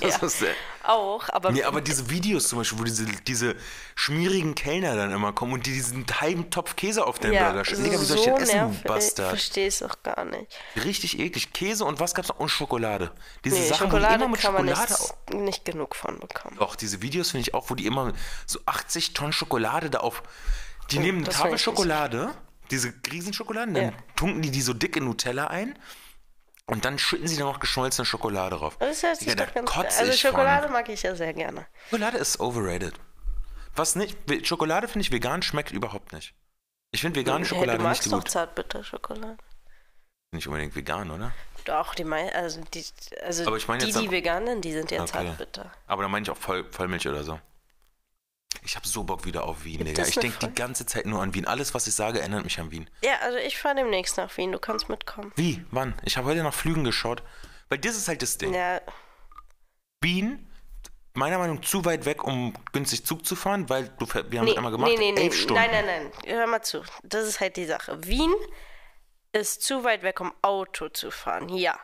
S2: das ist sehr,
S1: Auch, aber
S2: Nee, aber diese Videos zum Beispiel, wo diese, diese schmierigen Kellner dann immer kommen und die diesen halben Topf Käse auf deinen Burger schütten. Digga, wie soll ich denn essen, du
S1: Ich
S2: Bastard?
S1: verstehe es auch gar nicht.
S2: Richtig eklig. Käse und was gab's noch? Und Schokolade. Diese
S1: Nee,
S2: Sachen, wo die
S1: Schokolade
S2: immer mit
S1: kann man
S2: Schokolade... au-
S1: nicht, nicht genug von bekommen.
S2: Auch diese Videos finde ich auch, wo die immer so 80 Tonnen Schokolade da auf... Die nehmen
S1: Oh,
S2: eine
S1: das
S2: Tafel
S1: find ich nicht so
S2: Schokolade, diese Riesenschokoladen, dann
S1: Ja.
S2: tunken die die so dick in Nutella ein und dann schütten sie da noch geschmolzene Schokolade drauf.
S1: Das hört sich
S2: Digga, da
S1: doch ganz
S2: kotze
S1: Also
S2: ich von.
S1: Schokolade mag ich ja sehr gerne.
S2: Schokolade ist overrated. Was nicht, Schokolade finde ich vegan schmeckt überhaupt nicht. Ich finde vegane
S1: hey,
S2: Schokolade
S1: du magst
S2: nicht
S1: doch
S2: gut.
S1: Zartbitterschokolade.
S2: Nicht unbedingt vegan, oder?
S1: Doch, die mei also die, also
S2: Aber ich meine
S1: die,
S2: jetzt
S1: die
S2: am-
S1: vegan sind, die sind ja
S2: Okay.
S1: zartbitter.
S2: Aber da meine ich auch Voll, Vollmilch oder so. Ich habe so Bock wieder auf Wien, Digga.
S1: es
S2: Ich
S1: eine
S2: denke die
S1: Voll-
S2: ganze Zeit nur an Wien. Alles, was ich sage, erinnert mich an Wien.
S1: Ja, also ich fahre demnächst nach Wien, du kannst mitkommen.
S2: Wie? Wann? Ich habe heute nach Flügen geschaut. Weil das ist halt das Ding.
S1: Ja,
S2: Wien, meiner Meinung nach, zu weit weg, um günstig Zug zu fahren, weil du, fähr- wir haben
S1: nee,
S2: es einmal gemacht,
S1: nee, nee, nee.
S2: elf Stunden.
S1: Nein, nein, nein. Hör mal zu. Das ist halt die Sache. Wien ist zu weit weg, um Auto zu fahren. Ja.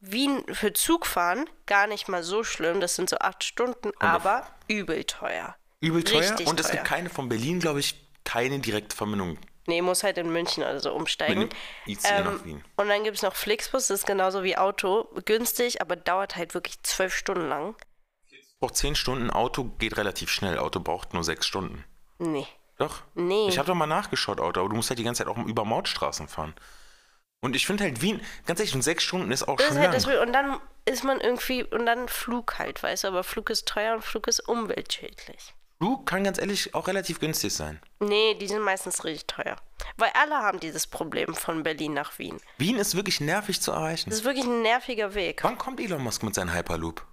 S1: Wien für Zugfahren gar nicht mal so schlimm, das sind so acht Stunden, aber übel teuer.
S2: Übel teuer
S1: Richtig
S2: und es
S1: teuer.
S2: gibt keine von Berlin, glaube ich, keine direkte Verbindung.
S1: Nee, muss halt in München oder so umsteigen. Ähm,
S2: Mit dem ICE nach Wien.
S1: Und dann gibt es noch Flixbus, das ist genauso wie Auto. Günstig, aber dauert halt wirklich zwölf Stunden lang.
S2: braucht 10 Stunden, Auto geht relativ schnell. Auto braucht nur 6 Stunden.
S1: Nee.
S2: Doch.
S1: Nee.
S2: Ich habe doch mal nachgeschaut, Auto, aber du musst halt die ganze Zeit auch über Mautstraßen fahren. Und ich finde halt Wien, ganz ehrlich, und 6 Stunden ist auch
S1: Das
S2: schon
S1: ist halt
S2: lang.
S1: das Problem. Und dann ist man irgendwie, und dann Flug halt, weißt du, aber Flug ist teuer und Flug ist umweltschädlich.
S2: Flug kann ganz ehrlich auch relativ günstig sein.
S1: Nee, die sind meistens richtig teuer. Weil alle haben dieses Problem von Berlin nach Wien.
S2: Wien ist wirklich nervig zu erreichen.
S1: Das ist wirklich ein nerviger Weg.
S2: Wann kommt Elon Musk mit seinem Hyperloop?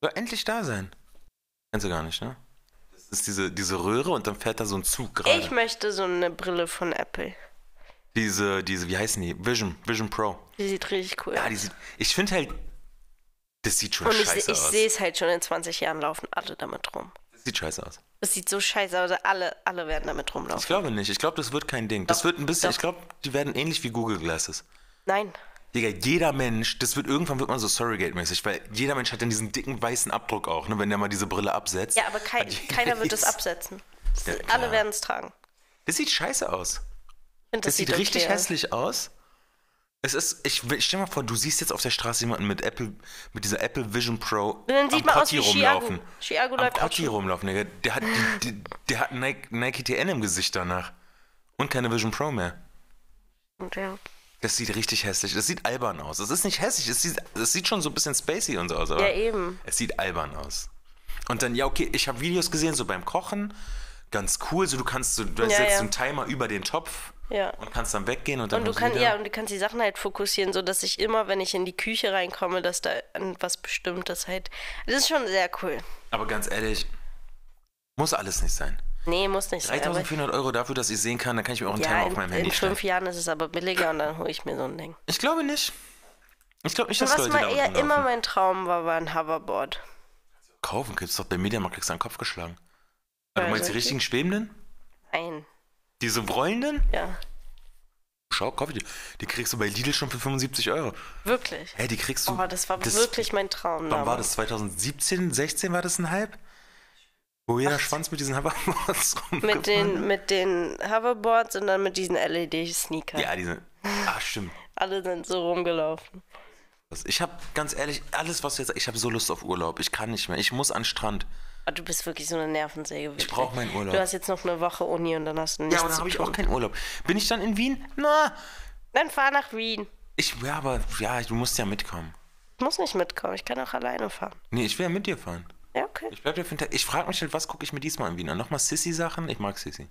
S2: Soll endlich da sein. Kennst du gar nicht, ne? Das ist diese, diese Röhre und dann fährt da so ein Zug
S1: Ich
S2: gerade.
S1: möchte so eine Brille von Apple.
S2: Diese, diese, wie heißen die? Vision, Vision Pro.
S1: Die sieht richtig cool
S2: Ja,
S1: aus.
S2: die sieht, ich finde halt, das sieht schon
S1: Und ich,
S2: scheiße
S1: se- ich
S2: aus.
S1: sehe es halt schon in 20 Jahren laufen alle damit rum.
S2: Das sieht scheiße aus.
S1: Es sieht so scheiße aus, alle, alle werden damit
S2: Ich
S1: rumlaufen.
S2: glaube nicht. Ich glaube, das wird kein Ding. Das
S1: Doch,
S2: wird ein bisschen,
S1: doch.
S2: ich glaube, die werden ähnlich wie Google Glasses.
S1: Nein.
S2: Digga, jeder Mensch, das wird irgendwann wird man so Surrogate-mäßig, weil jeder Mensch hat dann diesen dicken weißen Abdruck auch, ne, wenn der mal diese Brille absetzt.
S1: Ja, aber kei
S2: Hat jeder
S1: keiner wird es
S2: dieses-
S1: absetzen.
S2: Ja,
S1: alle
S2: klar.
S1: werden es tragen.
S2: Das sieht scheiße aus.
S1: Ich find,
S2: Das, sieht,
S1: okay
S2: richtig
S1: aus.
S2: hässlich aus. Es ist, ich, will- stell mal vor, du siehst jetzt auf der Straße jemanden mit Apple, mit dieser Apple Vision Pro
S1: Und dann sieht
S2: am
S1: man aus
S2: Kotti
S1: wie Chiago.
S2: rumlaufen.
S1: Chiago
S2: Am
S1: läuft auch
S2: Kotti
S1: schon.
S2: rumlaufen, Digga. Der hat, die, die, der hat Nike, Nike TN im Gesicht danach. Und keine Vision Pro mehr.
S1: Ja.
S2: Das sieht richtig hässlich. Das sieht albern aus. Es ist nicht hässlich. Es sieht, es sieht schon so ein bisschen spacey und so aus. Aber
S1: Ja, eben.
S2: Es sieht albern aus. Und dann, ja, okay, ich habe Videos gesehen, so beim Kochen ganz cool. So, du kannst, so, du
S1: Ja,
S2: setzt
S1: ja.
S2: einen Timer über den Topf
S1: Ja.
S2: und kannst dann weggehen und dann
S1: Und du
S2: musst
S1: kannst
S2: wieder-
S1: ja, und du kannst die Sachen halt fokussieren, so dass ich immer, wenn ich in die Küche reinkomme, dass da an was Bestimmtes halt. Das ist schon sehr cool.
S2: Aber ganz ehrlich, muss alles nicht sein.
S1: Nee, muss nicht sein. aber-
S2: 3400 Euro dafür, dass ich sehen kann, dann kann ich mir auch einen Timer
S1: Ja,
S2: auf
S1: in,
S2: meinem
S1: in
S2: Handy stellen.
S1: fünf Jahren ist es aber billiger und dann hole ich mir so ein Ding.
S2: Ich glaube nicht. Ich glaube nicht, dass
S1: Was
S2: Leute
S1: mal
S2: damit
S1: eher immer
S2: rumlaufen.
S1: mein Traum war, war ein Hoverboard.
S2: Kaufen gibt's doch bei Mediamarkt, kriegst du an den Kopf geschlagen. Aber du
S1: Ja,
S2: meinst die
S1: richtig.
S2: richtigen Schwebenden?
S1: Ein,
S2: Diese rollenden?
S1: ja.
S2: Schau, kauf ich dir. Die kriegst du bei Lidl schon für 75 Euro.
S1: Wirklich.
S2: Hä, die kriegst du.
S1: Oh, das war wirklich mein Traum.
S2: Wann war
S1: damals.
S2: das? 2017, 16 war das ein Hype? Wo jeder Schwanz mit diesen Hoverboards rumgefahren
S1: Mit den, mit den Hoverboards und dann mit diesen LED-Sneakern.
S2: Ja, diese. Ah, stimmt.
S1: Alle sind so rumgelaufen.
S2: Ich habe ganz ehrlich, alles, was du jetzt. Ich habe so Lust auf Urlaub. Ich kann nicht mehr. Ich muss an den Strand.
S1: Oh, du bist wirklich so eine Nervensäge.
S2: Ich
S1: wirklich.
S2: brauche meinen Urlaub.
S1: Du hast jetzt noch eine Woche Uni und dann hast du nichts
S2: ja, aber dann
S1: zu
S2: habe ich
S1: tun.
S2: auch keinen Urlaub. Bin ich dann in Wien? Na,
S1: Dann fahr nach Wien.
S2: ich. Ja, aber. Ja, du musst ja mitkommen.
S1: Ich muss nicht mitkommen, ich kann auch alleine fahren.
S2: Nee, ich will ja mit dir fahren.
S1: Ja, okay.
S2: Ich bleib dir für den Tag. Ich frage mich halt, was gucke ich mir diesmal in Wien an? Nochmal Sissy-Sachen? Ich mag Sissy.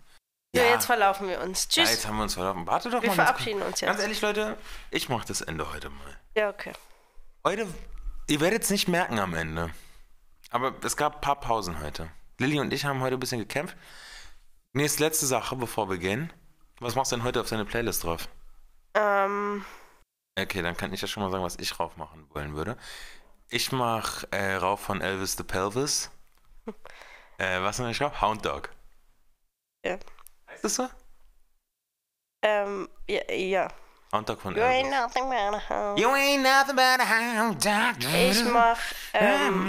S1: So, jetzt verlaufen wir uns.
S2: Ja,
S1: Tschüss.
S2: jetzt haben wir uns verlaufen. Warte doch
S1: Wir
S2: mal.
S1: verabschieden uns jetzt.
S2: Ganz ehrlich, Leute, ich mach das Ende heute mal.
S1: ja, okay.
S2: Heute, ihr werdet es nicht merken am Ende. Aber es gab ein paar Pausen heute. Lilly und ich haben heute ein bisschen gekämpft. Nächste letzte Sache, bevor wir gehen. Was machst du denn heute auf deine Playlist drauf?
S1: Ähm,
S2: Okay, dann kann ich ja schon mal sagen, was ich rauf machen wollen würde. Ich mach äh, rauf von Elvis the Pelvis. äh, was noch ich rauf? Hound Dog.
S1: Ja.
S2: Heißt das so?
S1: ähm, ja. ja.
S2: Hound Dog von
S1: You ain't
S2: Elvis.
S1: nothing but a hound.
S2: You ain't nothing but a hound dog.
S1: Ich mach, ähm,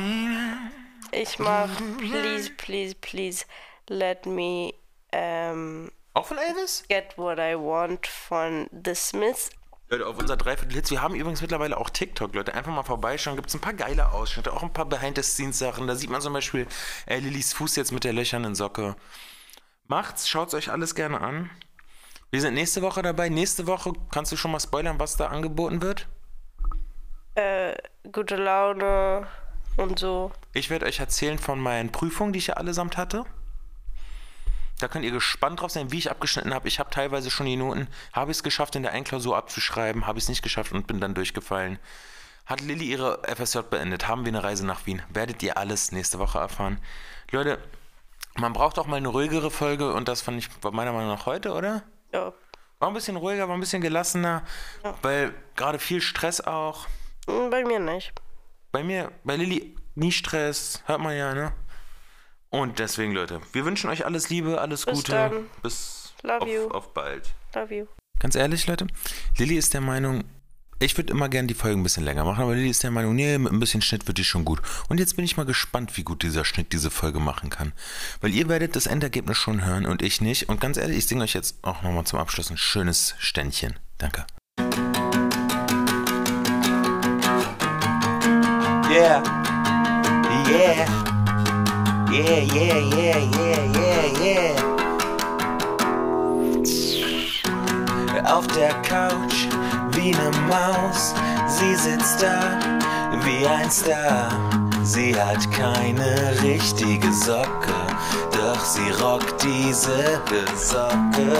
S2: Ähm,
S1: ich mach, please, please, please, let me, ähm,
S2: auch von Elvis?
S1: get what I want von The Smiths.
S2: Leute, auf unser Dreiviertel-Hits. Wir haben übrigens mittlerweile auch TikTok, Leute. Einfach mal vorbeischauen. Gibt es ein paar geile Ausschnitte, auch ein paar Behind-the-Scenes-Sachen. Da sieht man zum Beispiel äh, Lillys Fuß jetzt mit der löchernden Socke. Macht's, schaut's euch alles gerne an. Wir sind nächste Woche dabei. Nächste Woche kannst du schon mal spoilern, was da angeboten wird.
S1: Äh, gute Laune und so.
S2: Ich werde euch erzählen von meinen Prüfungen, die ich ja allesamt hatte. Da könnt ihr gespannt drauf sein, wie ich abgeschnitten habe. Ich habe teilweise schon die Noten. Habe ich es geschafft, in der Einklausur abzuschreiben? Habe ich es nicht geschafft und bin dann durchgefallen? Hat Lilly ihre FSJ beendet? Haben wir eine Reise nach Wien? Werdet ihr alles nächste Woche erfahren. Leute, man braucht auch mal eine ruhigere Folge und das fand ich war meiner Meinung nach heute, oder?
S1: Ja.
S2: War ein bisschen ruhiger, war ein bisschen gelassener, weil gerade viel Stress auch.
S1: Hm, Bei mir nicht.
S2: Bei mir, bei Lilly, nie Stress, hört man ja, ne? Und deswegen, Leute, wir wünschen euch alles Liebe, alles
S1: Bis
S2: Gute.
S1: dann.
S2: Bis
S1: Love
S2: auf,
S1: you.
S2: auf bald.
S1: Love you.
S2: Ganz ehrlich, Leute, Lilly ist der Meinung, ich würde immer gerne die Folgen ein bisschen länger machen, aber Lilly ist der Meinung, nee, mit ein bisschen Schnitt wird die schon gut. Und jetzt bin ich mal gespannt, wie gut dieser Schnitt diese Folge machen kann. Weil ihr werdet das Endergebnis schon hören und ich nicht. Und ganz ehrlich, ich singe euch jetzt auch nochmal zum Abschluss ein schönes Ständchen. Danke.
S3: Yeah. Yeah. Yeah, yeah, yeah, yeah, yeah, yeah. Auf der Couch wie ne Maus, sie sitzt da wie ein Star. Sie hat keine richtige Socke, doch sie rockt diese Socke.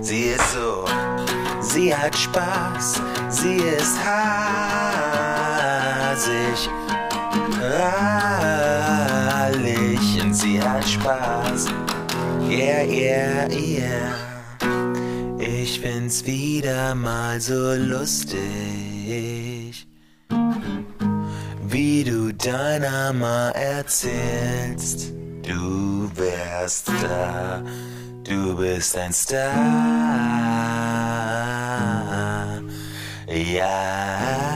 S3: Sie ist so Sie hat Spaß, sie ist hasig, herrlich und sie hat Spaß. Yeah, yeah, yeah. Ich find's wieder mal so lustig, wie du deiner Ma erzählst. Du wärst da, du bist ein Star. Ja.